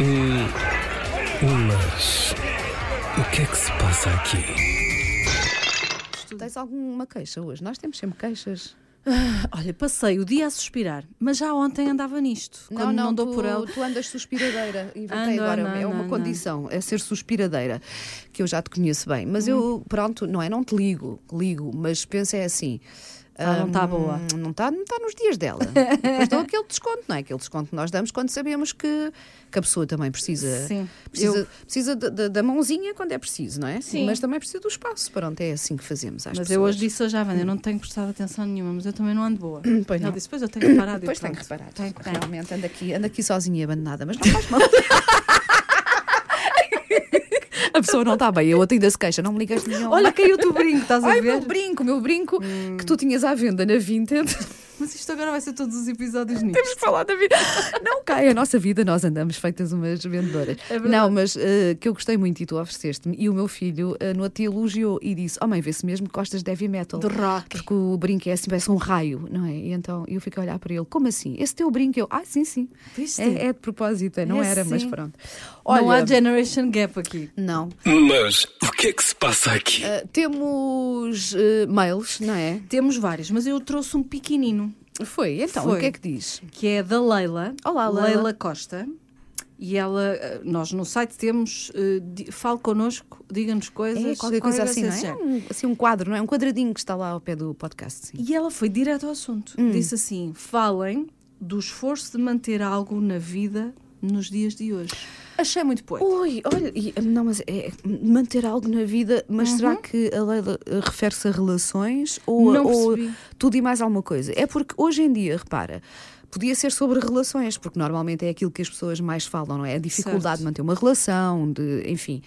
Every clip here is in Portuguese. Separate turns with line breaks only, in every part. Hum, mas o que é que se passa aqui?
Tens alguma queixa hoje? Nós temos sempre queixas.
Olha, passei o dia a suspirar, mas já ontem andava nisto. Quando não, dou
tu,
por ela.
tu andas suspiradeira. Inventei
Ando,
agora.
ando,
é uma
ando, ando.
condição, é ser suspiradeira, que eu já te conheço bem. Mas
Uhum.
eu, pronto, não é? Não te ligo, ligo, mas pensa é assim.
Ah, não tá
hum,
boa.
Não está não tá nos dias dela. Depois dou aquele desconto, não é? Aquele desconto que nós damos quando sabemos que, que a pessoa também precisa,
Sim,
precisa,
eu-
precisa da- da- da mãozinha quando é preciso, não é?
Sim.
Mas também precisa do espaço. Pronto, é assim que fazemos às
Mas
pessoas.
eu hoje disse hoje à Wanda, eu não tenho prestado atenção nenhuma, mas eu também não ando boa.
Hum, pois
Ela
não.
disse, pois eu tenho reparado.
Depois
e
tenho
pronto.
reparado.
Tenho, tenho.
Realmente, anda aqui, anda aqui sozinha e abandonada, mas não faz mal. a pessoa não está bem, a outra ainda se queixa, não me ligaste nenhum.
Olha, caiu o teu brinco, estás a
Ai,
ver?
meu brinco, meu brinco que tu tinhas à venda na Vinted.
Mas isto agora vai ser todos os episódios nisto.
Temos de falar da vida. Não cai a nossa vida, nós andamos feitas umas vendedoras.
verdade.
não, mas eh, que eu gostei muito e tu ofereceste-me. E o meu filho eh, no outro dia elogiou e disse: Oh mãe, vê-se mesmo que gostas de heavy metal.
De rock.
Porque o brinco é assim, parece um raio, não é? E então eu fico a olhar para ele: Como assim? Esse teu brinco? Eu, ah, sim, sim.
Viste?
É, assim. é de propósito, não
É
era, mas
sim.
pronto.
Não há
Olha,
generation gap aqui.
não.
Mas o que é que se passa aqui?
Eh, temos eh, mails, não é?
Temos vários, mas eu trouxe um pequenino,
Foi, então,
Foi.
o que é que diz?
que é da Leila.
Olá, Leila.
Costa. E ela, eh, nós no site temos, eh, di- fale connosco, diga-nos coisas.
É qualquer coisa assim, não
desse
é?
género.
Um, assim, um quadro, não é? Um quadradinho que está lá ao pé do podcast, sim.
E ela foi direto ao assunto.
Hum.
Disse assim: falem do esforço de manter algo na vida nos dias de hoje. Achei muito poético.
Ui, olha, e, não, mas é manter algo na vida, mas será que a Leila eh, refere-se a relações ou,
Uhum. Não
ou
percebi.
tudo e mais alguma coisa? É porque hoje em dia, repara, podia ser sobre relações, porque normalmente é aquilo que as pessoas mais falam, não é? A dificuldade
Certo.
de manter uma relação, de, enfim,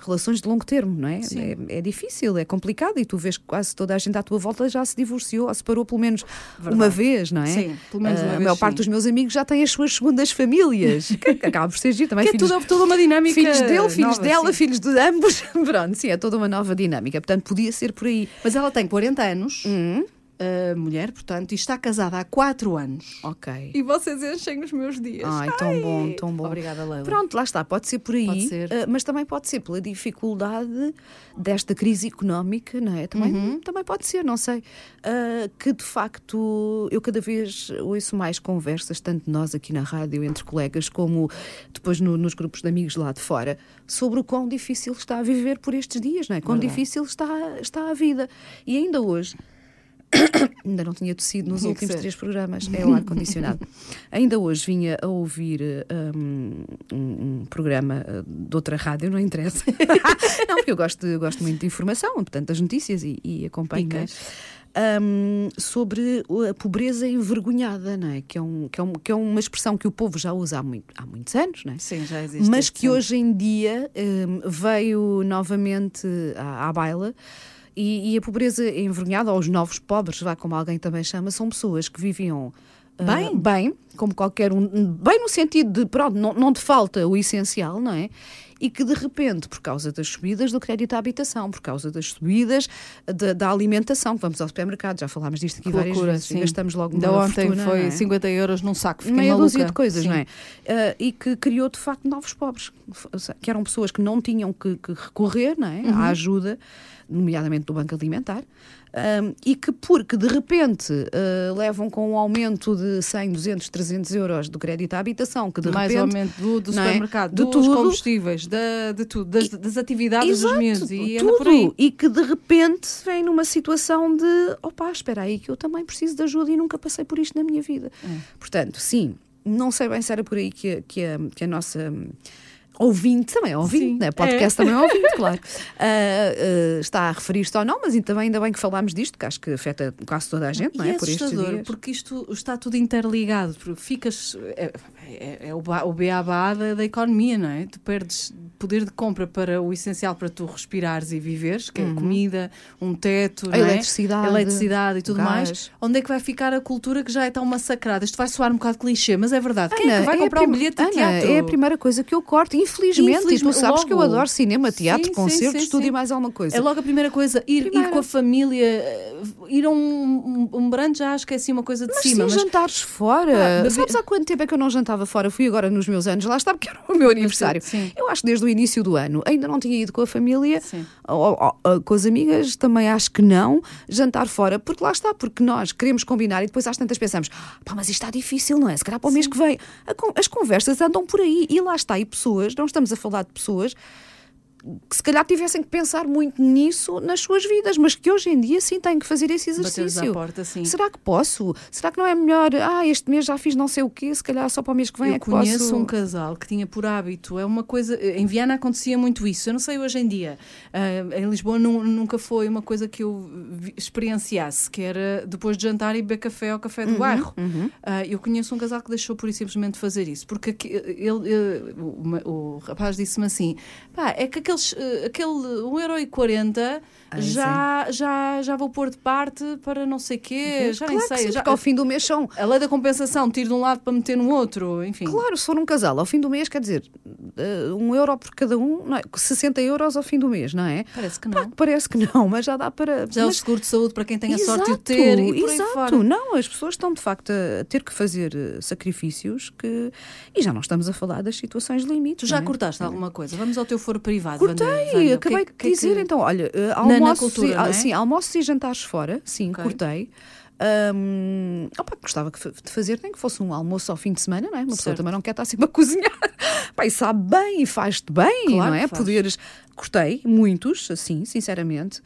relações de longo termo, não é?
Sim.
é? é difícil, é complicado e tu vês que quase toda a gente à tua volta já se divorciou ou separou pelo menos uma vez, não é?
Sim, pelo menos
Ah,
uma
A
vez,
maior parte
sim.
dos meus amigos já têm as suas segundas famílias, que que acaba por ser giro também.
Que é
filhos-
tudo, houve toda uma dinâmica.
Filhos dele, filhos
nova, assim.
dela,
sim.
filhos de ambos. Pronto, sim, é toda uma nova dinâmica. Portanto, podia ser por aí.
Mas ela tem 40 anos,
Hum.
eh, mulher, portanto, e está casada há 4 anos.
Ok.
E vocês enchem os meus dias.
Ai, tão bom, tão bom.
Obrigada, Leila.
Pronto, lá está, pode ser por aí,
Pode ser.
eh, mas também pode ser pela dificuldade desta crise económica, não é? Também,
Uhum.
também pode ser, não sei. Ah, que de facto eu cada vez ouço mais conversas, tanto nós aqui na rádio, entre colegas, como depois no- nos grupos de amigos lá de fora, sobre o quão difícil está a viver por estes dias, não é? Quão difícil está, está a vida. E ainda hoje. Ainda não tinha tossido nos
Tinha que
últimos
ser.
três programas. É o ar-condicionado. Ainda hoje vinha a ouvir eh, um, um- um programa eh, de outra rádio, não interessa. não, porque eu gosto, eu gosto muito de informação, portanto, das notícias e, e acompanho. não é? Um, sobre o- a pobreza envergonhada, não é? Que é, um, que, é um- que é uma expressão que o povo já usa há, muito- há muitos anos, não é?
Sim, já existe.
Mas
este
que
tempo.
hoje em dia hum, veio novamente à, à baila. E, e a pobreza envergonhada, ou os novos pobres, vá como alguém também chama, são pessoas que viviam. ah,
Bem.
bem, como qualquer um, bem no sentido de, pronto, não, não te falta o essencial, não é? E que de repente, por causa das subidas do crédito à habitação, por causa das subidas da, da alimentação, que vamos ao supermercado, já falámos disto aqui
Que
várias
loucura,
vezes, e
sim.
gastamos logo
Ainda
uma
ontem
fortuna,
foi
não é?
50 euros num saco. Fiquei
meia
maluca.
dúzia de coisas,
Sim.
não é? Ah, e que criou de facto novos pobres, que eram pessoas que não tinham que, que recorrer não é?
Uhum.
à ajuda, nomeadamente do Banco Alimentar, ahm, e que porque de repente ah, levam com um aumento de 100, 200, 300 euros do crédito à habitação, que de
mais
repente.
aumento do, do
não é?
supermercado,
De
dos
tudo.
combustíveis, da, de tudo, das, das atividades dos
Exato,
miúdos e anda
tudo.
por aí.
E que de repente vem numa situação de opá, espera aí, que eu também preciso de ajuda e nunca passei por isto na minha vida.
É.
Portanto, sim, não sei bem se era por aí que, a- que, a, que a nossa hum, ouvinte, também é ouvinte,
Sim,
né? podcast também é ouvinte, claro, Ah, ah, está a referir-se ou não, mas e também ainda bem que falámos disto, que acho que afeta quase toda a gente, não
e
é?
é
por estes
assustador,
dias.
porque isto está tudo interligado, porque ficas. É, é, é o ba- o beabá da, da economia, não é? Tu perdes poder de compra para o essencial para tu respirares e viveres, que é comida, um teto,
Uhum. A
não é?
eletricidade,
Eletricidade e tudo
gás.
mais, onde é que vai ficar a cultura que já é tão massacrada? Isto vai soar um bocado clichê, mas é verdade. Quem é que vai
a
comprar um
prim-
bilhete de
Ana,
teatro?
É a primeira coisa que eu corto, infelizmente.
Infelizmente,
e tu sabes que eu
logo.
adoro cinema, teatro,
Sim, sim,
concertos,
sim,
tudo
sim.
e mais alguma coisa.
É logo a primeira coisa, ir,
Primeira.
ir com a família, eh, ir a um, um, um brunch, já acho que é assim uma coisa de
Mas
cima.
sim,
mas
jantares fora.
Ah, bebe-
Sabes há quanto tempo é que eu não jantava fora? Fui agora nos meus anos, lá está, porque era o meu aniversário.
é, sim.
Eu acho que desde o início do ano. Ainda não tinha ido com a família,
Sim.
ou- ou- ou com as amigas, também acho que não. Jantar fora, porque lá está, porque nós queremos combinar e depois às tantas pensamos, pá, mas isto está difícil, não é? Se calhar para o mês que vem. A con- As conversas andam por aí e lá está. E pessoas, não estamos a falar de pessoas que se calhar tivessem que pensar muito nisso nas suas vidas, mas que hoje em dia sim têm que fazer esse
Batemos à
exercício.
porta, sim.
Será que posso? Será que não é melhor? Ah, este mês já fiz não sei o quê, se calhar só para o mês que vem
eu
é que
conheço
posso.
um casal que tinha por hábito, é uma coisa, em Viana acontecia muito isso, eu não sei hoje em dia, Ah, em Lisboa nu- nunca foi uma coisa que eu vi- experienciasse, que era depois de jantar e beber café ao café
Uhum,
do bairro. Ah, eu conheço um casal que deixou por e simplesmente fazer isso, porque aqui- ele, ele- o, ma- o rapaz disse-me assim, pá, é que aqueles, eh, aquele 1,40€
Ai,
já, já, já vou pôr de parte para não sei quê, já
Uhum. claro
nem sei.
que sim,
já-
porque ao fim do mês são.
a lei da compensação, tiro de um lado para meter no outro, enfim.
Claro, se for um casal, ao fim do mês, quer dizer, eh, um euro por cada um, não é? 60 euros ao fim do mês, não é?
Parece que
Pá,
não.
Parece que não, mas já dá para.
Já o
mas-
seguro de saúde para quem tem a
exato,
sorte de ter e por aí
exato.
fora.
Não, as pessoas estão de facto a ter que fazer eh, sacrifícios que. E já não estamos a falar das situações
Tu
limites.
já
não é?
cortaste alguma coisa? Vamos ao teu foro privado.
Cortei,
Wanda- Wanda. O que é
acabei
que-
de dizer,
que é que-
então, olha, eh, almoços,
cultura,
e,
não é?
sim, almoços e jantares fora, sim,
Ok.
cortei. Hum, opa, gostava que fa- de fazer, nem que fosse um almoço ao fim de semana, não é? Uma pessoa
Certo.
também não quer estar sempre a cozinhar. Pá, e sabe bem e faz-te bem,
Claro
não
que
é?
faz.
Poderes. Cortei muitos, assim, sinceramente.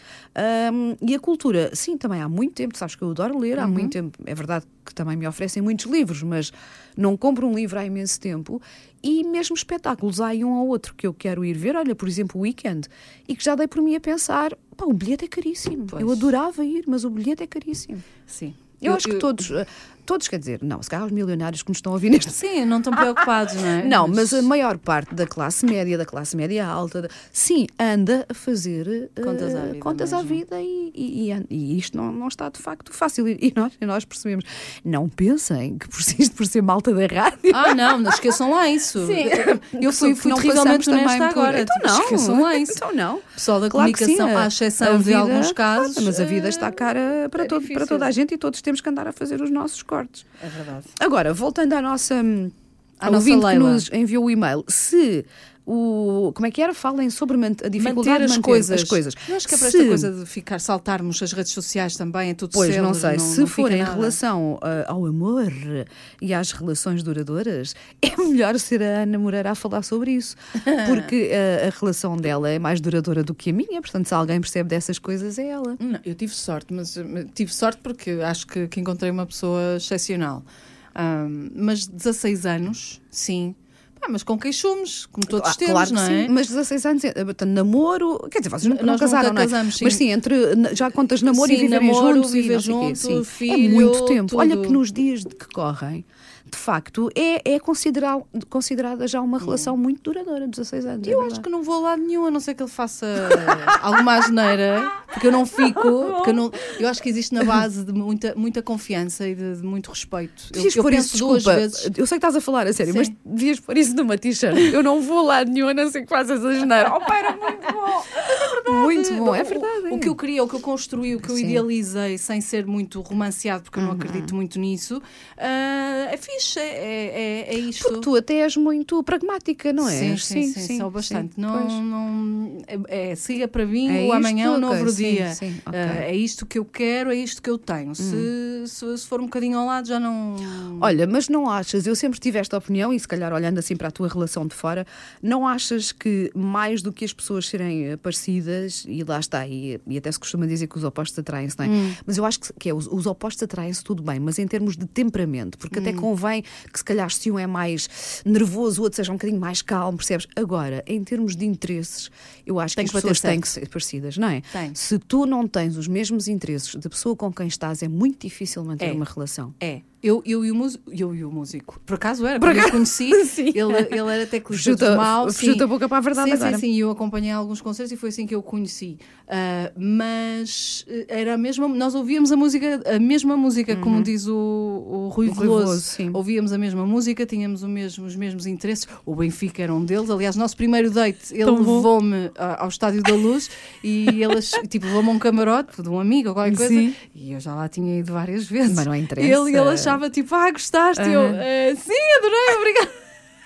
Hum, e a cultura, sim, também há muito tempo, tu sabes que eu adoro ler, há muito tempo. É verdade que também me oferecem muitos livros, mas não compro um livro há imenso tempo. E mesmo espetáculos, há aí um ou outro que eu quero ir ver, olha, por exemplo, o Weekend, e que já dei por mim a pensar. Pá, o bilhete é caríssimo.
Pois.
Eu adorava ir, mas o bilhete é caríssimo.
Sim.
Eu, acho que todos, eh, todos, quer dizer, não, se calhar os milionários que nos estão a ouvir neste
Sim, não estão preocupados, não é?
não, mas a maior parte da classe média, da classe média alta, da- sim, anda a fazer eh,
Contas à vida
contas à
mesmo.
vida e, e- e an- e isto não, não está de facto fácil. E e nós, e nós percebemos. Não pensem que por ser- isto por ser malta da rádio.
Ah, não, não esqueçam lá isso. Eu fui,
que
fui
não passamos
terrivelmente
também
honesta
por-
agora.
Então
tipo,
não.
Esqueçam lá isso.
Então não.
Pessoal da
Claro que sim, é
comunicação,
a-
à exceção
a
de
vida-
alguns casos.
claro, mas a vida
eh,
está cara para,
é
todo- para
difícil.
toda a gente e todos temos que andar a fazer os nossos cortes.
É verdade.
Agora, voltando à nossa, hum,
À
ao
nossa
ouvinte que
Leila.
nos enviou o e-mail, se o. Como é que era? Falem sobre man- a dificuldade
Manter as
de manter
coisas.
as coisas.
Eu acho que é para
se,
esta coisa de ficar, saltarmos as redes sociais também, é tudo
Pois, não
célebre,
sei, se
não
for
fica
em
nada.
relação ah, ao amor e às relações duradouras, é melhor ser a Ana Moreira a falar sobre isso, porque ah, a relação dela é mais duradoura do que a minha, portanto, se alguém percebe dessas coisas, é ela.
Não, eu tive sorte, mas mas tive sorte porque acho que, que encontrei uma pessoa excepcional. Ahm, mas 16 anos, sim. Pá, mas com queixumes, como todos
Ah,
temos,
claro que
não é?
sim, mas 16 anos, eh, portanto, namoro, quer dizer, vocês nunca, não
Nós nunca
casaram, não é?
casamos, sim.
Mas sim, entre, na- já contas namoro e
Sim,
viverem
namoro,
juntos, e
viver
não sei o quê,
junto,
sim. é
filho,
muito tempo. Olha
tudo.
que nos dias de que correm, de facto, é, é considera- considerada já uma relação muito duradoura, 16 anos.
Hum.
é
Eu acho que não vou a lado nenhum, a não ser que ele faça alguma asneira, porque eu não fico. Porque eu, não, eu acho que existe na base de muita, muita confiança e de, de muito respeito. Eu,
Devias
eu
pôr isso,
penso duas
desculpa,
vezes.
eu sei que estás a falar a sério,
Sim.
mas devias pôr isso numa t-shirt. Eu não vou lá nenhuma, a não ser que faças a janeiro. Oh, pá, era muito bom! Muito bom, é
O-
verdade.
O, que eu queria, o que eu construí, o que eu
Sim. Uhum.
idealizei, sem ser muito romanceado, porque eu não acredito muito nisso, ah, é fixe, é, é, é- é isto.
Porque tu até és muito pragmática, não é?
Sim, sim, sim, sou bastante. não,
pois.
não, é, é, siga para mim
É
o amanhã,
isto?
o novo
Ok, sim,
dia.
sim,
Ah,
ok. Hum.
é isto que eu quero, é isto que eu tenho. Se, se, se for um bocadinho ao lado, já não.
Olha, mas não achas, eu sempre tive esta opinião, e se calhar olhando assim para a tua relação de fora, não achas que mais do que as pessoas serem eh, parecidas, e lá está, e, e até se costuma dizer que os opostos atraem-se, não é? Mas eu acho que, que é, os, os opostos atraem-se tudo bem, mas em termos de temperamento, porque até convém que se calhar se um é mais nervoso, o outro seja um bocadinho mais calmo, percebes? Agora, em termos de interesses, eu acho
Tem
que
que
as
bater
pessoas têm
certo.
que ser parecidas, não é?
Tem.
Se tu não tens os mesmos interesses da pessoa com quem estás, é muito difícil manter
É.
uma relação.
É. Eu, eu, e o músico, eu e o músico. Por acaso era,
Por
porque eu
acaso,
conheci.
sim.
Ele, ele era teclista
Chuta-
de mal.
chuta a boca para a verdade
sim,
agora.
Sim, sim, eu acompanhei alguns concertos e foi assim que eu o conheci. Ah, mas eh, era a mesma. Nós ouvíamos a música, a mesma música, como diz o, o Rui
Uhum. O Rui
Veloso.
Veloso, sim.
Ouvíamos a mesma música, tínhamos o mesmo- os mesmos interesses. O Benfica era um deles. Aliás, nosso primeiro date, ele
Tão bom.
levou-me ah, ao Estádio da Luz e ele ach- tipo, levou-me a um camarote de um amigo ou qualquer coisa.
Sim.
E eu já lá tinha ido várias vezes.
Mas não é interessa.
E Ele, ele achava tipo, ah, gostaste? Eu,
Aham.
"Ah, sim, adorei, obrigada.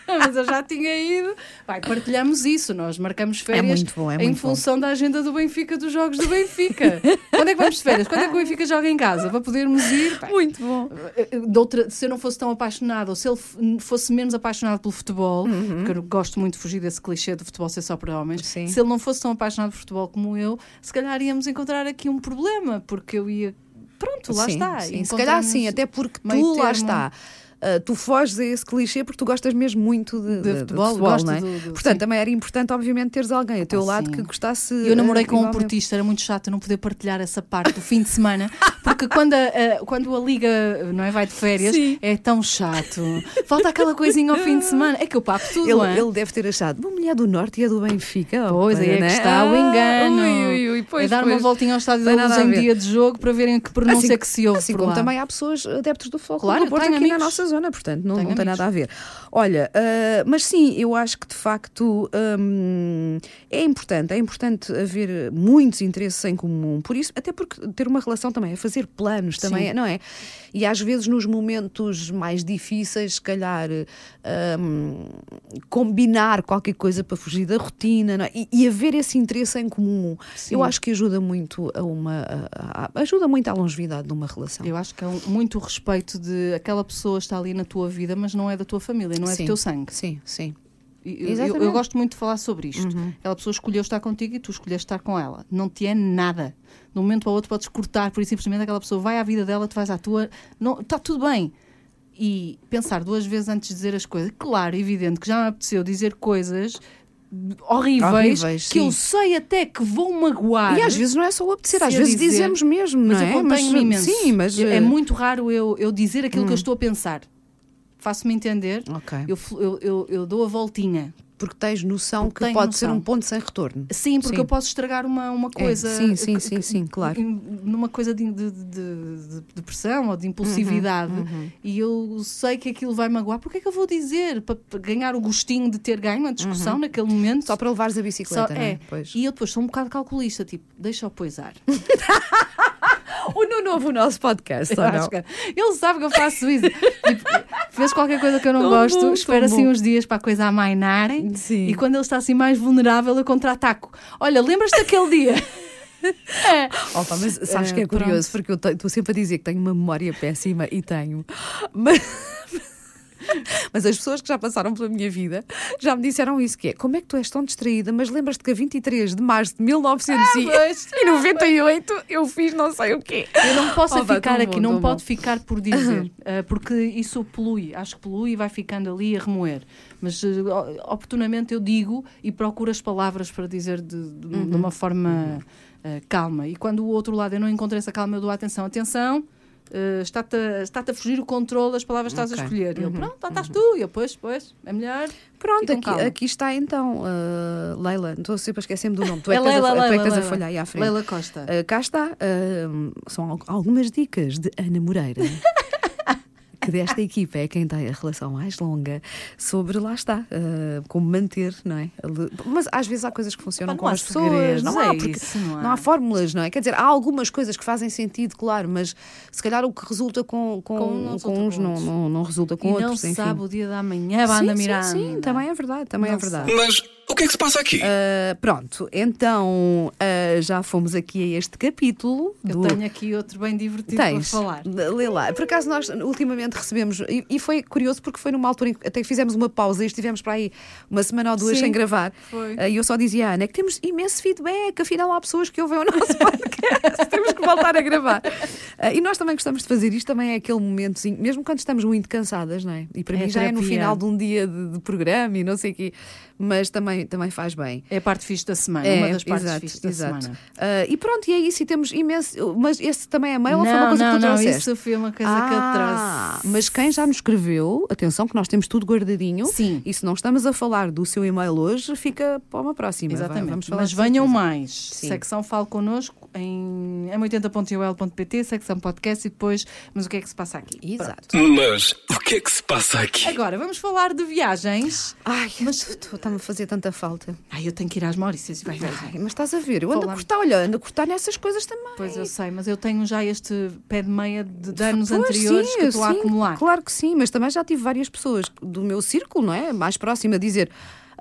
Mas eu já tinha ido. Vai, partilhamos isso. Nós marcamos férias
muito bom, é
em
muito bom.
função da agenda do Benfica, dos jogos do Benfica. Quando é que vamos de férias? Quando é que o Benfica joga em casa? Para podermos ir. Pá,
Muito bom.
de outra- se eu não fosse tão apaixonada ou se ele f- fosse menos apaixonado pelo futebol, porque eu gosto muito de fugir desse clichê do futebol ser só para homens,
Uhum. Sim.
se ele não fosse tão apaixonado por futebol como eu, se calhar íamos encontrar aqui um problema, porque eu ia. Pronto, lá
sim,
está.
sim. Se calhar sim,
encontramos-
até porque tu
meio
lá
termo.
está. ah, tu foges a esse clichê porque tu gostas mesmo muito de, de- de
futebol, gosto
não é?
do- do-
Portanto,
sim.
também era importante, obviamente, teres alguém a teu
Ah,
lado
sim.
que gostasse.
Eu namorei
ah,
com um
igualmente.
portista, era muito chato eu não poder partilhar essa parte do fim de semana, porque quando a, a- quando a liga não é, vai de férias,
Sim.
é tão chato. Falta aquela coisinha ao fim de semana. É que eu papo tudo. hã?
Ele, ele deve ter achado, uma mulher do Norte e a do Benfica.
Pois aí é que
né?
está o
Ah,
engano.
Ui, ui, ui, pois,
é dar
pois.
uma voltinha ao estádio
Tem
da luz
nada a
em
ver.
dia de jogo para verem que pronúncia que se ouve
assim
por
como
lá.
também há pessoas adeptos do folclore
Claro,
do Porto
tenho
aqui na
amigos.
nossa zona, portanto não,
Tenho
não tem
amigos.
nada a ver. Olha, ah, mas sim, eu acho que de facto hum, é importante, é importante haver muitos interesses em comum, por isso, até porque ter uma relação também é fazer planos, também
Sim.
é, não é? E às vezes nos momentos mais difíceis, se calhar hum, combinar qualquer coisa para fugir da rotina não é? e, e haver esse interesse em comum, eu acho que ajuda muito a uma a- a- ajuda muito à longevidade de uma relação.
Eu acho que é um- muito respeito de aquela pessoa está ali na tua vida, mas não é da tua família, não é
Sim.
do teu sangue.
Sim, sim.
E- eu- Eu,
Exatamente. Uhum.
eu gosto muito de falar sobre isto. Aquela pessoa escolheu estar contigo e tu escolheste estar com ela. Não te é nada. De um momento para o outro podes cortar, por isso simplesmente aquela pessoa vai à vida dela, tu vais à tua. Não, está tudo bem. E pensar duas vezes antes de dizer as coisas. Claro, evidente que já me apeteceu dizer coisas horríveis,
Horríveis,
que eu
sim.
sei até que vou magoar.
E às vezes não é só o apetecer,
Se
às
eu
vezes
dizer-
dizemos mesmo,
mas
não
eu
é?
contenho-me imenso.
Sim, mas
é
eh, Hum.
muito raro eu, eu dizer aquilo que eu estou a pensar. Faço-me entender.
Ok.
Eu flu- eu- eu- eu dou a voltinha.
porque tens noção
Porque
que
tenho
pode ser
noção.
um ponto sem retorno.
Sim, porque
Sim.
eu posso estragar uma, uma
É,
coisa.
sim, sim,
que-
sim,
que-
sim, claro.
Numa coisa de, de, de- de depressão ou de
Uhum,
impulsividade. E eu sei que aquilo vai magoar. Porque é que eu vou dizer? Para para ganhar o gostinho de ter ganho a discussão naquele momento.
Uhum. Só para levares a bicicleta,
Só-
não é?
é.
Pois.
E eu depois sou um bocado calculista, tipo, deixa-o poisar.
Ou no novo nosso podcast, ou não?
Acho que- é. Ele sabe que eu faço isso. tipo, fez qualquer coisa que eu não
Tão
gosto,
bom, tão
espera assim
bom.
uns dias para a coisa amainar
Sim.
e quando ele está assim mais vulnerável, eu contra-ataco. Olha, lembras-te daquele dia? É.
Opa, mas sabes
Eh,
que é curioso, porque eu te- estou sempre a dizer que tenho uma memória péssima e tenho. Mas, mas as pessoas que já passaram pela minha vida já me disseram isso: que é como é que tu és tão distraída, mas lembras-te que a 23 de março de 1998 eu fiz não sei o quê.
Eu não posso
Opa,
ficar
tão
aqui,
bom,
não
tão
pode
bom.
ficar por dizer, eh, porque isso polui, acho que polui e vai ficando ali a remoer. Mas eh, o- oportunamente eu digo e procuro as palavras para dizer de, de- de uma forma eh, calma. E quando o outro lado eu não encontro essa calma, eu dou atenção, atenção. eh, está-te a, está-te a fugir o controle, as palavras que estás
Ok.
a escolher. E ele, pronto, lá estás tu. E eu, pois, pois, é melhor. E
Pronto,
com
aqui,
calma.
aqui está então, ah, Leila, estou sempre a esquecer-me do nome, tu é,
É
que tens a
Leila,
fo- tu é que
Leila,
tens a
Leila.
folha aí à frente.
Leila Costa.
Ah, cá está, ah, são al- algumas dicas de Ana Moreira. Que desta equipa é quem tem a relação mais longa sobre lá está, ah, como manter, não é? Ali- Mas às vezes há coisas que funcionam
Pá, não
com
há
as pessoas,
segredos,
não há,
é
porque
isso, não há.
não há fórmulas, não é? Quer dizer, há algumas coisas que fazem sentido, claro, mas se calhar o que resulta com, com,
Com uns
com
resulta
uns
com
não,
outros.
não, não resulta com
e não
outros.
se
enfim.
sabe o dia da manhã, banda
sim,
Miranda.
Sim, sim, também é verdade, também
Não
é verdade.
Mas o que é que se passa aqui?
Ah, pronto, então ah, já fomos aqui a este capítulo
Eu
do.
tenho aqui outro bem divertido
Tens,
para falar.
lê lá. Por acaso nós ultimamente recebemos, e, e foi curioso porque foi numa altura em que até fizemos uma pausa e estivemos para aí uma semana ou duas
Sim,
sem gravar.
foi.
Ah, E eu só dizia à Ana que temos imenso feedback, afinal há pessoas que ouvem o nosso podcast, temos que voltar a gravar. Ah, e nós também gostamos de fazer isto, também é aquele momentozinho, mesmo quando estamos muito cansadas, não é? E para
É
mim já é no
terapia.
final de um dia de, de programa e não sei o quê, mas também também faz bem.
É a parte fixe da semana, uma das partes
É, exato,
fixes da
exato.
semana.
Ah, e pronto, e é isso, e temos imenso. Mas esse também é mail ou foi uma
não,
coisa
não,
que tu
não,
trouxeste?
isso foi uma coisa que eu
Ah,
trouxe.
Mas quem já nos escreveu, atenção que nós temos tudo guardadinho.
Sim.
E se não estamos a falar do seu e-mail hoje, fica para uma próxima. Vai,
Exatamente.
Vamos falar
Mas
de
venham
certeza.
mais.
Sim.
Secção Fale Connosco em m80.ol.pt, secção podcast e depois, mas o que é que se passa aqui? Pronto.
Exato.
Mas o que é que se passa aqui?
Agora, vamos falar de viagens.
Ai, mas está-me a fazer tanta falta.
Ai, eu tenho que ir às Maurícias. Vai, vai, vai.
Ai, mas estás a ver, eu ando a
Falamos.
cortar, olha, ando a cortar nessas coisas também.
Pois eu sei, mas eu tenho já este pé de meia de de anos
Pois,
anteriores
sim,
que estou a
sim,
acumular.
Claro que sim, mas também já tive várias pessoas do meu círculo, não é? Mais próximo a dizer.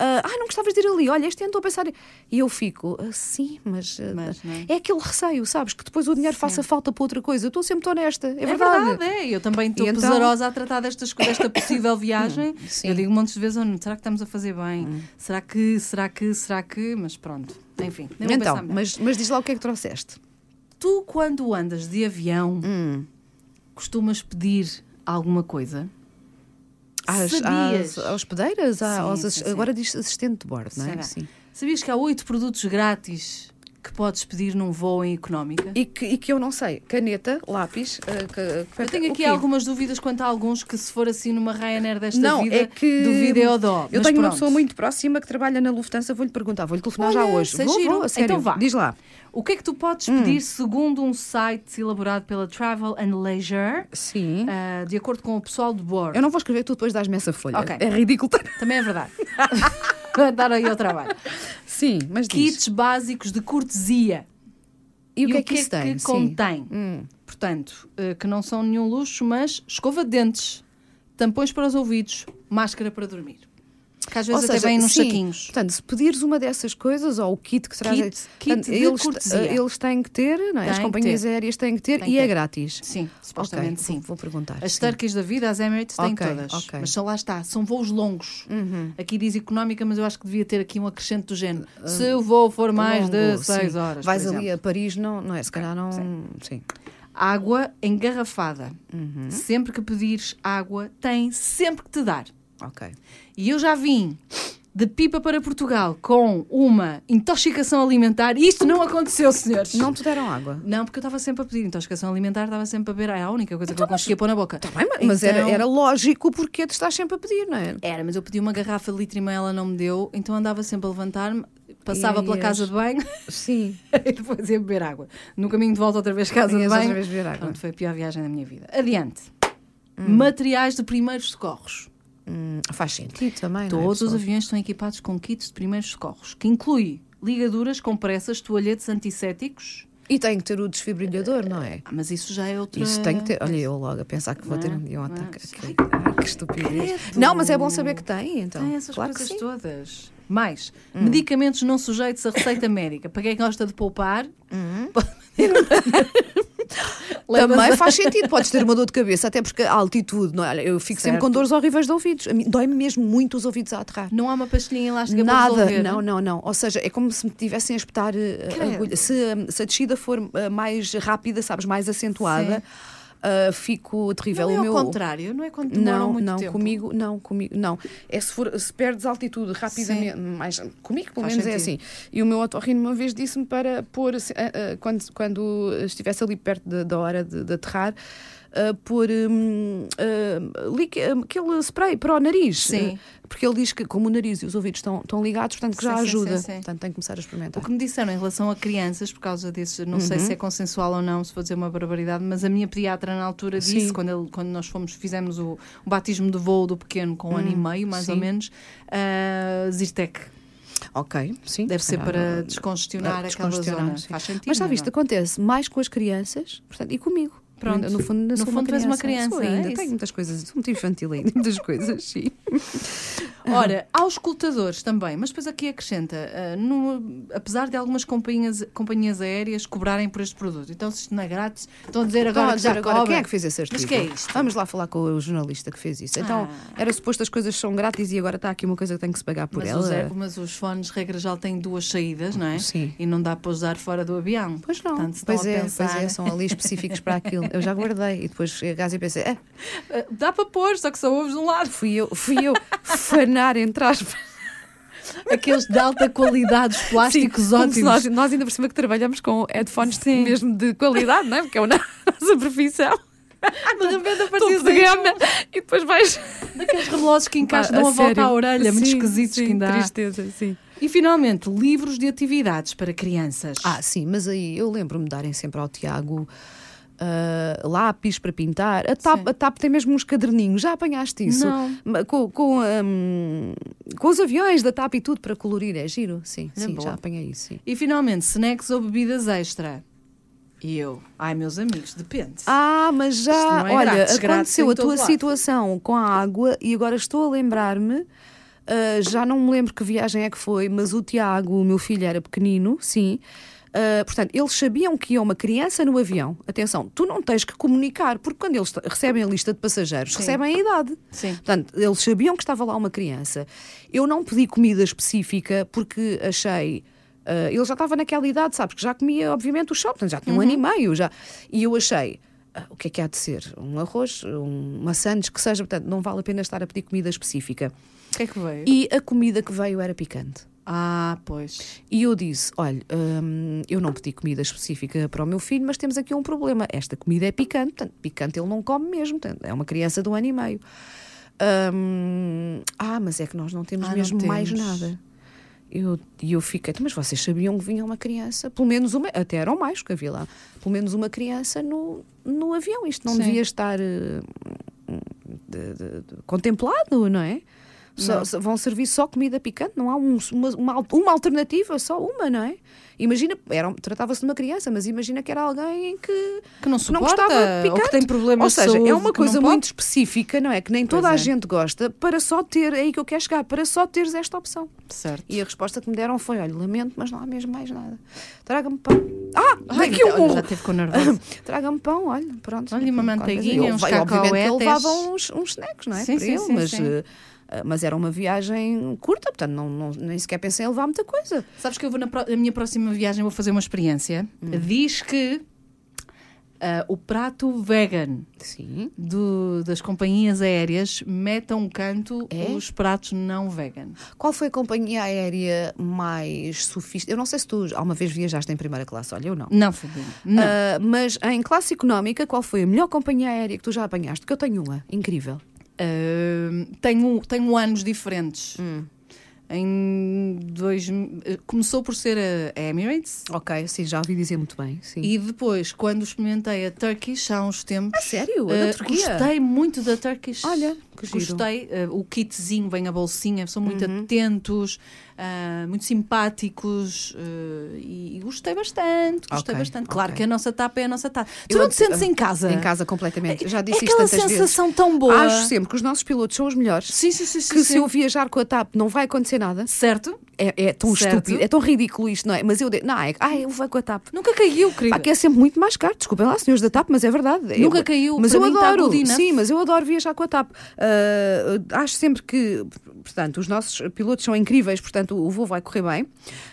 Ah, ah, não gostavas de ir ali, olha, este ano estou a pensar. em-" E eu fico, "Ah, sim, mas, ah,
Mas, não é?
é aquele receio, sabes? Que depois o dinheiro faça falta para outra coisa. Eu estou sempre honesta, é,
É
verdade.
verdade, é. Eu também estou
E então-
pesarosa a tratar destas, co- desta possível viagem.
sim. Hum.
Eu digo montes de vezes, "Oh, não, será que estamos a fazer bem? Será que, será que, será que? Mas pronto, enfim. nem vou
Então,
pensar melhor.
mas, mas diz lá o que é que trouxeste.
Tu, quando andas de avião,
Hum.
costumas pedir alguma coisa?
Às,
Sabias?
às, às pedeiras, à-
Sim,
aos
sim,
assis-
sim.
agora diz assistente de bordo, não é?
Será? Sabias que há oito produtos grátis que podes pedir num voo em económica?
E que, e que eu não sei, caneta, lápis. ah, ca- ca-
Eu tenho
o
aqui
quê?
algumas dúvidas quanto a alguns que, se for assim numa Ryanair desta
não,
vida,
é que
dúvida é o dó.
Eu
Mas
tenho uma
pronto.
pessoa muito próxima que trabalha na Lufthansa, vou-lhe perguntar, vou-lhe telefonar já
Olha,
hoje.
isso é
Vou,
giro.
vou, a sério.
Então vá.
Diz lá.
O que é que tu podes
Hum.
pedir segundo um site elaborado pela Travel and Leisure,
Sim.
ah, de acordo com o pessoal de bordo?
Eu não vou escrever, tu depois dás-me essa folha.
Ok.
É ridículo.
Também é verdade. Vai Dar aí ao trabalho.
Sim, mas diz.
Kits básicos de cortesia.
E o que é que isso tem?
que
Sim. Hum.
contém? Portanto, eh, que não são nenhum luxo, mas escova de dentes, tampões para os ouvidos, máscara para dormir. Que às vezes
Ou
até
seja,
vêm nos
sim,
saquinhos.
Portanto, se pedires uma dessas coisas, ou o kit que trazem,
Kit- kit
portanto,
de
eles, eh,
cortesia.
eles têm que ter, não é?
Tem
as
que
companhias
ter.
aéreas têm que ter
Tem
e
que
é
ter.
grátis.
Sim,
Ok,
supostamente sim.
Vou, vou perguntar.
As
sim.
Turkish da vida, as Emirates têm
Ok,
todas.
ok. Uhum.
Mas só lá está, são voos longos. Aqui diz económica, mas eu acho que devia ter aqui um acrescento do género.
Ah,
Se o voo for
Então
mais de
Longo,
6
é um sim.
horas.
Vais
por
ali
exemplo.
a Paris, não, não é? Se calhar não. sim.
Água engarrafada.
Uhum.
Sempre que pedires água, tem sempre que te dar.
Ok.
E eu já vim de pipa para Portugal com uma intoxicação alimentar. Isto não aconteceu, senhores.
Não te deram água?
Não, porque eu estava sempre a pedir intoxicação alimentar, estava sempre a beber. É a única coisa que eu
Então, mas- tá
conseguia pôr na boca. Está
Bem, ma- mas era, era lógico porque tu estás sempre a pedir, não é?
Era, mas eu pedi uma garrafa de litro e meio, ela não me deu, então andava sempre a levantar-me, passava
E
pela
ias-
casa de banho
É, Sim.
e depois ia beber água. No caminho de volta, outra vez casa de
Ias
banho.
outra vez beber água. Hum.
Pronto, foi a pior viagem da minha vida. Adiante. Materiais de primeiros socorros.
Faz sentido também. não é,
Todos os
pessoal?
aviões estão equipados com kits de primeiros socorros, que inclui ligaduras, compressas, toalhetes antisséticos.
E tem que ter o desfibrilhador, não é?
Ah, mas isso já é outra.
Isso tem que ter. Olha, eu logo a pensar que vou ter um dia um
Não é?
ataque.
Ai,
Que, ai, que estupidez. Não, mas é bom saber que tem, então.
Tem essas
claro que
coisas
sim.
todas. Mais,
Hum.
medicamentos não sujeitos à receita médica. Para quem gosta de poupar,
Também faz sentido, podes ter uma dor de cabeça, até porque a altitude, não é? Olha, eu fico sempre
Certo.
com dores horríveis de ouvidos. A mim Dói-me mesmo muito os ouvidos a aterrar.
não há uma pastilhinha elástica para
Nada,
resolver. é?
não, não, não. Ou seja, é como se me tivessem a espetar eh, a
Credo.
agulha. Se, hum, se a descida for eh, mais rápida, sabes, mais acentuada, ah, fico terrível.
Não é
o
ao
meu...
contrário, não é quando demoram
Não,
muito
não,
tempo.
comigo, não, comigo, não. É se, for, se perdes altitude rapidamente, mais, comigo pelo
Faz
menos é assim.
sentido.
E o meu otorrino uma vez disse-me para pôr, assim, ah, ah, quando, quando estivesse ali perto da- da hora de, de aterrar, ah, pôr hum, ah, liqui- ah, aquele spray para o nariz.
Sim.
Ah, porque ele diz que como o nariz e os ouvidos estão, estão ligados, portanto que já
Sim, sim,
ajuda.
sim, sim.
Portanto, tem que começar a
O
experimentar.
que me disseram em relação a crianças, por causa desses,
Uhum.
não sei se é consensual ou não, se vou dizer uma barbaridade, mas a minha pediatra na altura disse,
Sim.
quando, ele- quando nós fomos, fizemos o, o batismo de voo do pequeno com um ano e meio, mais ou
Hum, sim.
menos, ah, Zyrtec.
Ok, sim.
Deve ser
calhar,
para
ah,
descongestionar,
descongestionar,
aquela zona.
sim.
Faz sentido.
Mas já
não é?
viste, acontece mais com as crianças portanto, e comigo.
Pronto.
No fundo, ainda
No
sou
fundo, tu és uma criança,
Sou
é
ainda.
isso.
Tenho muitas coisas. Sou muito infantil ainda. Muitas coisas, sim.
Ora, há os escutadores também, mas depois aqui acrescenta, ah, no- apesar de algumas companhias, companhias aéreas cobrarem por este produto, então se isto não é grátis, estão a dizer
Estão
agora
a
que
dizer
já
agora quem
cobra.
é que fez esse artigo?
Mas que é isto?
Vamos lá falar com o jornalista que fez isso. Então,
Ah.
era suposto as coisas são grátis e agora está aqui uma coisa que tem que se pagar por
Mas
ela.
os, air- mas os fones, regra geral, têm duas saídas, não é?
Sim.
E não dá para usar fora do avião.
Pois não,
Portanto, se
pois
estão a
é,
pensar...
pois é, são ali específicos para aquilo. Eu já guardei e depois cheguei a casa e pensei, "Ah,
Ah, Dá para pôr, só que só ouves de um lado.
fui eu, fui eu fanar entre aspas.
aqueles de alta qualidade, os plásticos
Sim, como se
ótimos.
Nós, nós ainda por cima que trabalhamos com headphones
Sim.
mesmo de qualidade, não é? Porque é a nossa profissão.
de repente
Topo de gama e depois vais.
daqueles relosos que encaixam, dão
Pá,
a volta
sério.
à orelha, muito
Sim,
esquisitos
sim,
que ainda há.
Tristeza, sim.
E finalmente, livros de atividades para crianças.
Ah, sim, mas aí eu lembro-me de darem sempre ao Tiago ah, lápis para pintar. A TAP,
Sim.
a TAP tem mesmo uns caderninhos, já apanhaste isso?
Não.
Ma- Com, com, hum, com os aviões da TAP e tudo para colorir, é giro? Sim,
Olha,
sim,
boa.
já apanhei isso, sim.
E finalmente, snacks ou bebidas extra. E eu, ai meus amigos, depende.
Ah, mas
Isto
já,
não é
olha,
grátis, grátis
aconteceu
em
a tua
todo lado.
situação com a água e agora estou a lembrar-me, ah, já não me lembro que viagem é que foi, mas o Tiago, o meu filho, era pequenino, sim. Ah, portanto, eles sabiam que ia uma criança no avião. Atenção, tu não tens que comunicar, porque quando eles t- recebem a lista de passageiros, recebem a idade.
Sim.
Portanto, eles sabiam que estava lá uma criança. Eu não pedi comida específica porque achei. ah, ele já estava naquela idade, sabes, que já comia, obviamente, o chá, portanto, já tinha um ano e meio. Já, e eu achei. ah, O que é que há de ser? Um arroz, um maçãs, que seja, portanto, não vale a pena estar a pedir comida específica.
O que é que veio?
E a comida que veio era picante.
Ah, pois.
E eu disse: olha, hum, eu não pedi comida específica para o meu filho, mas temos aqui um problema. Esta comida é picante, portanto, picante ele não come mesmo, portanto, é uma criança de um ano e meio. Hum, ah, mas é que nós não temos
Ah, não
mesmo mais
temos.
nada. Eu- E eu, fiquei, "Então, mas vocês sabiam que vinha uma criança, pelo menos uma, até eram mais que havia lá, pelo menos uma criança no, no avião. Isto não
Sim.
devia estar eh, de- de- de- contemplado, não é? Só- só- vão servir só comida picante, não há um- uma, uma, al- uma alternativa, só uma, não é? Imagina, era- um, tratava-se de uma criança, mas imagina que era alguém que,
Que não suporta,
gostava de
ou que
picante.
tem problemas
Ou
de
seja,
saúde
é
que não
uma coisa
pode.
muito específica, não é? Que nem toda
Pois
a
é.
gente gosta, para só ter, é aí que eu quero chegar, para só teres esta opção.
Certo.
E a resposta que me deram foi: olha, lamento, mas não há mesmo mais nada. Traga-me pão. Ah,
Ai,
daqui um
olha, Já
burro.
teve com nervosa.
Traga-me pão, olha, pronto.
Olha, uma
Qualquer coisa.
manteiguinha,
Eu-
uns
Obviamente que
cacauetes.
eu levava uns, uns snacks, não é?
Sim,
Para
sim,
ele,
sim,
mas,
sim.
eh, eh, mas era uma viagem curta, portanto não, não- nem sequer pensei em levar muita coisa.
Sabes que eu vou na, pro- na minha próxima viagem vou fazer uma experiência. Diz que ah, o prato vegan
Sim.
do- das companhias aéreas mete a um canto
É?
os pratos não vegan.
Qual foi a companhia aérea mais sofisticada? Eu não sei se tu alguma vez viajaste em primeira classe, olha, eu não.
Não, Fabiana. Não.
Ah, mas em classe económica, qual foi a melhor companhia aérea que tu já apanhaste? Que eu tenho uma, incrível.
Ahm, tenho, tenho um, anos diferentes. Em dois, eh, começou por ser a Emirates
Ok, sim, já ouvi dizer muito bem. Sim.
e depois, quando experimentei a Turkish há uns tempos.
A sério? A
eh,
Uh, da Turquia?
Gostei muito da Turkish.
Olha, que giro. Uhum.
Gostei. eh, o kitzinho vem a bolsinha, são muito atentos, ah, muito simpáticos eh, e, e gostei bastante. Gostei
Ok,
bastante. Claro
ok.
que a nossa tapa é a nossa tapa. Tu
Eu
não te
ante-
sentes em casa?
Em casa completamente. Já disse
é
isto
aquela
tantas vezes.
sensação tão boa.
Acho sempre que os nossos pilotos são os melhores.
Sim, sim, sim. sim,
que
sim.
se eu viajar com a TAP não vai acontecer nada.
Certo?
É, é tão
Certo.
estúpido, é tão ridículo isto, não é? Mas eu digo, não, é, ah, eu vou com a TAP.
Nunca caiu, querida.
Pá, que é sempre muito mais caro, desculpem lá, senhores da TAP, mas é verdade.
Nunca
Eu-
caiu,
mas
para
eu
mim está
adoro,
tudo enough.
sim, mas eu adoro viajar com a TAP. Ah, acho sempre que, portanto, os nossos pilotos são incríveis, portanto, o voo vai correr bem.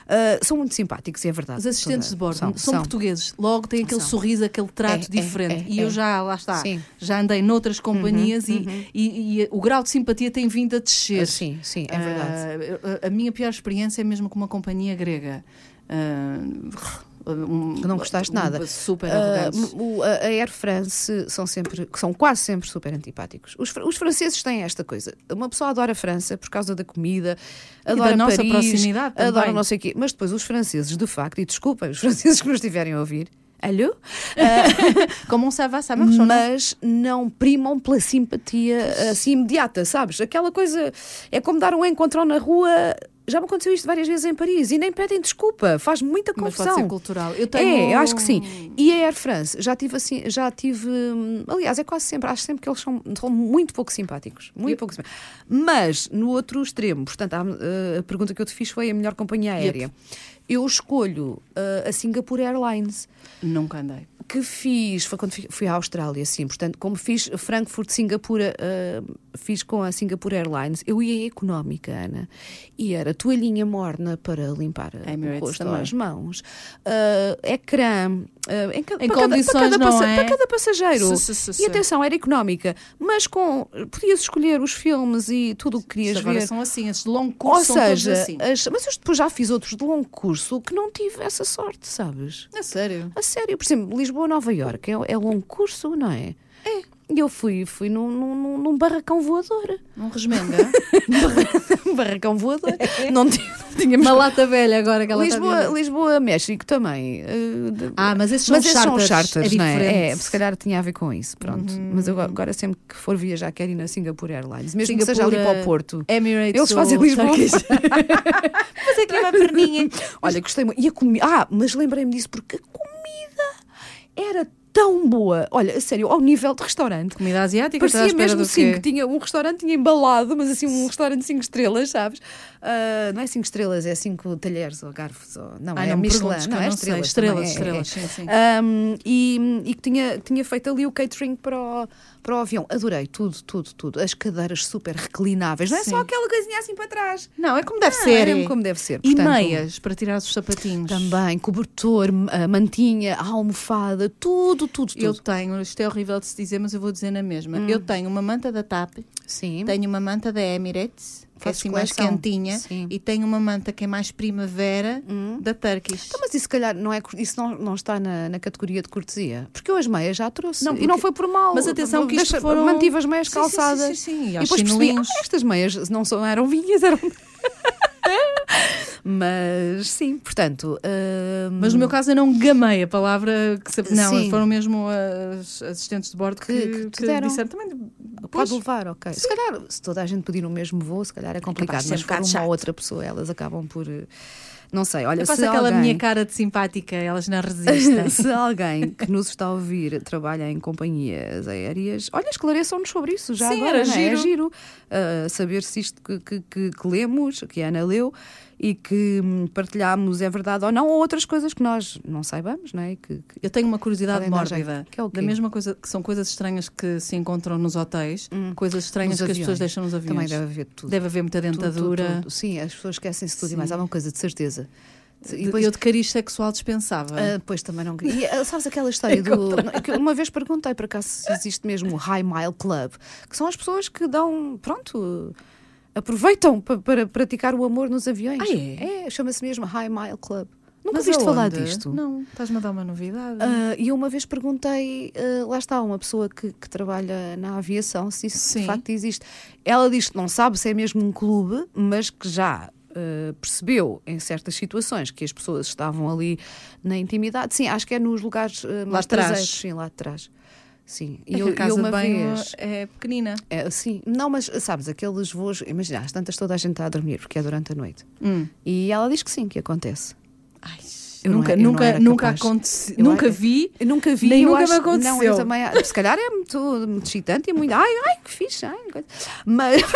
Ah, são muito simpáticos, é verdade.
Os assistentes de bordo
São,
são,
são.
portugueses. Logo têm aquele
São.
sorriso, aquele trato
É, é,
diferente.
é,
e eu
é.
já, lá está,
Sim. Uhum,
já andei noutras companhias e, e- e o grau de simpatia tem vindo a descer.
Ah, sim, sim, é verdade.
Ah, a, a minha pior experiência é mesmo com uma companhia grega. Ah, um-
Que não gostaste nada.
Super
Ah,
arrogantes.
o- a a Air France são sempre, são quase sempre super antipáticos. Os, fr- os franceses têm esta coisa. Uma pessoa adora a França por causa da comida, adora
da nossa
Paris,
proximidade também.
adora não sei o quê. Mas depois os franceses, de facto, e desculpem, os franceses que nos estiverem a ouvir, alô?
Como um savá, ça marche ou não?
mas não primam pela simpatia assim imediata, sabes? Aquela coisa é como dar um encontrão na rua. Já me aconteceu isto várias vezes em Paris e nem pedem desculpa, faz muita
Mas
confusão.
pode ser cultural. Eu tenho- um
É, eu acho que sim. E a Air France, já tive assim, já tive. hum, Aliás, é quase sempre, acho sempre que eles são, são muito pouco simpáticos. Muito pouco simpáticos. Mas no outro extremo, portanto, há, eh, a pergunta que eu te fiz foi a melhor companhia aérea. eu escolho ah, a Singapore Airlines,
Nunca andei.
que fiz, foi quando fui- fui à Austrália, sim, portanto, como fiz Frankfurt, Singapura, ah, fiz com a Singapore Airlines, eu ia económica, Ana, e era toalhinha morna para limpar ah,
Emirates
o rosto,
também.
as mãos, ah, ecrã, ah, em, ca- para
Em
cada- para
condições,
cada
não
passa-
é?
para cada passageiro.
Sim, sim, sim,
E
sim.
atenção, era económica, mas com podias escolher os filmes e tudo o que
Isto
querias
Agora
ver.
são assim, esses long
Ou
cursos são todos
seja, eh,
assim.
as- mas eu depois já fiz outros de longo curso que não tive essa sorte, sabes?
É sério.
A sério, por exemplo, Lisboa-Nova Iorque é, é longo curso, não é? É. E eu fui, fui num, num- num- num barracão voador.
Não resmenga.
Um barracão voador. não, ti- não tínhamos.
Uma lata velha agora que ela está
Lisboa,
vindo.
Lisboa, México também. eh, de-
Ah, mas esses são
mas esses são
charters.
charters,
é
não é? Uhum.
diferente.
É, se calhar tinha a ver com isso, pronto. Mas eu agora sempre que for viajar quero ir na Singapore Airlines, mesmo que seja ali
Singapura,
para o Porto.
Emirates
Eles fazem
ou
Lisboa.
Turkish. Mas aqui é uma perninha.
Olha, gostei muito. E a comida. Ah, mas lembrei-me disso porque a comida era tão boa. Olha, a sério, ao nível de restaurante.
Comida asiática, estás à
Parecia
espera
mesmo
do
sim, que
quê?
tinha um restaurante tinha embalado, mas assim um restaurante de 5 estrelas, sabes? Ah, não é 5 estrelas, é 5 talheres ou garfos. Ou... Não,
Ah,
é
não, me
Michelin,
perguntes, que
não,
eu
é
não sei.
estrelas.
Estrelas,
também, é,
estrelas, Ah,
é.
sim, sim.
Um, e, e que tinha, tinha feito ali o catering para o, para o avião. Adorei tudo, tudo, tudo. As cadeiras super reclináveis, não é
Sim.
só aquela coisinha assim para trás.
Não, é como deve
Ah,
ser.
é como deve ser,
E
portanto-
meias para tirar os sapatinhos.
Também, cobertor, m- a mantinha, a almofada, tudo, tudo, tudo. Hum.
Eu tenho, isto é horrível de se dizer, mas eu vou dizer na mesma. Eu tenho uma manta da TAP,
Sim.
tenho uma manta da Emirates, que é
Fazes
assim mais
coleção.
quentinha,
Sim.
e tenho uma manta que é mais primavera da Turkish.
Então, mas isso, se calhar, não é, cur- isso não, não está na, na categoria de cortesia. Porque eu as meias já trouxe.
Não,
E não
porque-
foi por mal.
Mas atenção que isto
Deixa-
foram-
Mantive as meias
Sim, sim,
calçadas.
sim, sim, sim. E
E,
aos
depois percebi,
chinelinhos.
ah, estas meias não são, eram vinhas, eram... mas, sim, portanto... hum,
Mas no meu caso eu não gamei a palavra que se... Não,
Sim.
foram mesmo as assistentes de bordo que,
Que- que te
que
deram.
disseram também.
Pode
Pois,
levar, ok. Se calhar, se toda a gente pedir o mesmo voo, se calhar é complicado.
capaz de ser
mas
um
por
bocado
uma
chato.
ou outra pessoa, elas acabam por... eh, Não sei, olha,
eu faço
se
aquela
alguém...
minha cara de simpática, elas não resistem.
Se alguém que nos está a ouvir trabalha em companhias aéreas, olha, esclareçam-nos sobre isso já
Sim,
agora.
era
não é? É
giro.
giro ah, saber se isto que, que- que- que lemos, que a Ana leu e que hum, partilhámos é verdade ou não, ou outras coisas que nós não saibamos, não é? E Que, que-
Eu tenho uma curiosidade
Podem dar
mórbida.
jeito. Que é o quê?
Da mesma coisa que são coisas estranhas que se encontram nos hotéis, coisas estranhas
Hum. nos
que as
aviões.
pessoas deixam nos aviões.
Também deve haver tudo.
Deve haver muita
Tudo, tudo,
dentadura.
tudo. Sim, as pessoas esquecem-se de tudo e mais
Sim.
alguma coisa, de certeza.
De- Eu de cariz sexual dispensava.
Ah, pois também não queria. E, ah, sabes aquela história do. que Uma vez perguntei para cá se existe mesmo o High Mile Club, que são as pessoas que dão. Pronto. Aproveitam pa- para praticar o amor nos aviões.
Ah, é?
chama-se mesmo High Mile Club. Nunca
Mas
ouviste falar
aonde?
disto?
Não, estás-me a dar uma novidade.
Ah, e eu uma vez perguntei, ah, lá está, uma pessoa que, que trabalha na aviação, se isso
Sim.
de facto existe. Ela diz que não sabe se é mesmo um clube, mas que já ah, percebeu em certas situações que as pessoas estavam ali na intimidade. Sim, acho que é nos lugares ah, mais
atrás.
traseiros. Sim, lá atrás. Sim,
É que a casa de banho é pequenina.
é, sim, não, mas sabes, aqueles voos, imagina, às tantas toda a gente está a dormir, porque é durante a noite.
Hum.
E ela diz que sim, que acontece.
Ai,
Eu não
nunca,
era- eu não
nunca,
era
nunca
capaz.
aconteci,
Eu
nunca
era-
vi.
Eu nunca vi,
Nem
eu
nunca
acho,
me aconteceu.
Não, eu também, se calhar é muito, muito excitante e muito. Ai, ai, que fixe, ai, coisa. mas,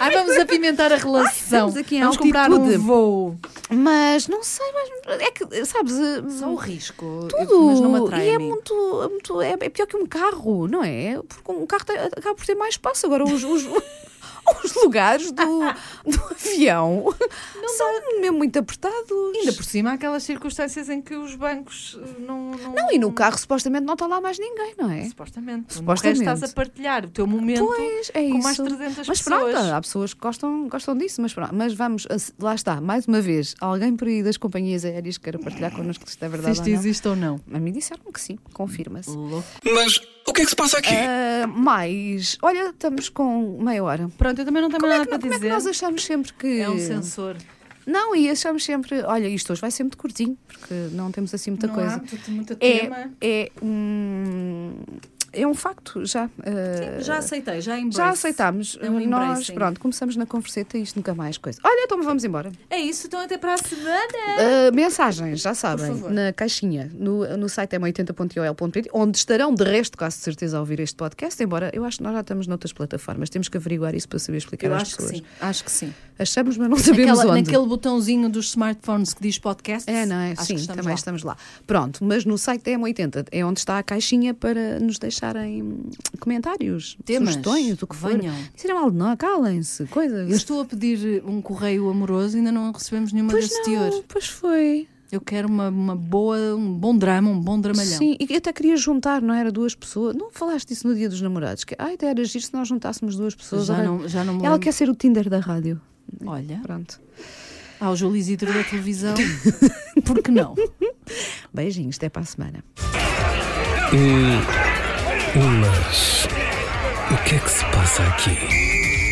Ai, Ah, vamos apimentar a relação.
estamos aqui em
vamos comprar
altitude.
um voo.
mas não sei, mas é que, sabes,
Só o risco. eu-
tudo.
Mas não me atrai.
e
a
é
mim.
muito, é muito- é, é pior que um carro, não é? Porque um carro tem- acaba por ter mais espaço. Agora, os, os, os lugares do, do avião são mesmo muito apertados.
Ainda por cima, há aquelas circunstâncias em que os bancos eh, não. Não,
Não, e no carro supostamente não está lá mais ninguém, não é? Supostamente.
Supostamente. Supostamente. estás a partilhar o teu momento
Pois, é
com
isso.
mais 300
mas
pessoas.
pronto, há pessoas que gostam, gostam disso, mas pronto. Mas vamos, ass- lá está, mais uma vez, alguém por aí das companhias aéreas que queira partilhar connosco se isto é
se
verdade
isto
ou não.
existe ou não.
A mim disseram que sim, confirma-se.
Mas o que é que se passa aqui?
Ah, mas, olha, estamos com meia hora.
Pronto, eu também não tenho
Como
nada
é, que,
para
como é que
dizer.
nós achamos sempre que.
É um sensor.
Não, e achamos sempre, olha, isto hoje vai ser muito curtinho, porque não temos assim muita
não
coisa.
Há muito, muito
É,
tema.
é um, é um facto, já. eh,
Sim, já aceitei, já embrace.
já aceitámos.
É um
Nós,
embracing.
pronto, começamos na converseta e isto nunca mais coisa. Olha, então vamos embora.
É isso, então até para a semana.
Uh, mensagens, já sabem,
Ah, favor.
na caixinha, no, no site m80.ol.pt, onde estarão de resto, quase de certeza, a ouvir este podcast, embora eu acho que nós já estamos noutras plataformas, temos que averiguar isso para saber explicar
Eu
às
acho que
pessoas.
sim, acho que sim.
Achamos, mas não sabemos
Naquela-
onde.
Naquele botãozinho dos smartphones que diz podcast.
É, não é?
Acho
Sim,
que estamos
também
lá.
estamos lá. Pronto, mas no site da M80 é onde está a caixinha para nos deixarem hum, comentários,
Temas,
sugestões, o que for.
venham.
Disseram mal de nós, calem-se, coisas.
Eu estou a pedir um correio amoroso e ainda não recebemos nenhuma
Pois
desse
não,
teor.
pois foi.
Eu quero uma, uma boa, um bom drama, um bom dramalhão.
Sim, e eu até queria juntar, não era duas pessoas. Não falaste isso no dia dos namorados? Que, ai, até era giro se nós juntássemos duas pessoas.
Já
Agora-
não, já não me
Ela
lembro.
quer ser o Tinder da rádio.
Olha,
Pronto.
há o Júlio Isidro da televisão. Por que não?
Beijinhos, até para a semana.
Ulas. O que é que se passa aqui?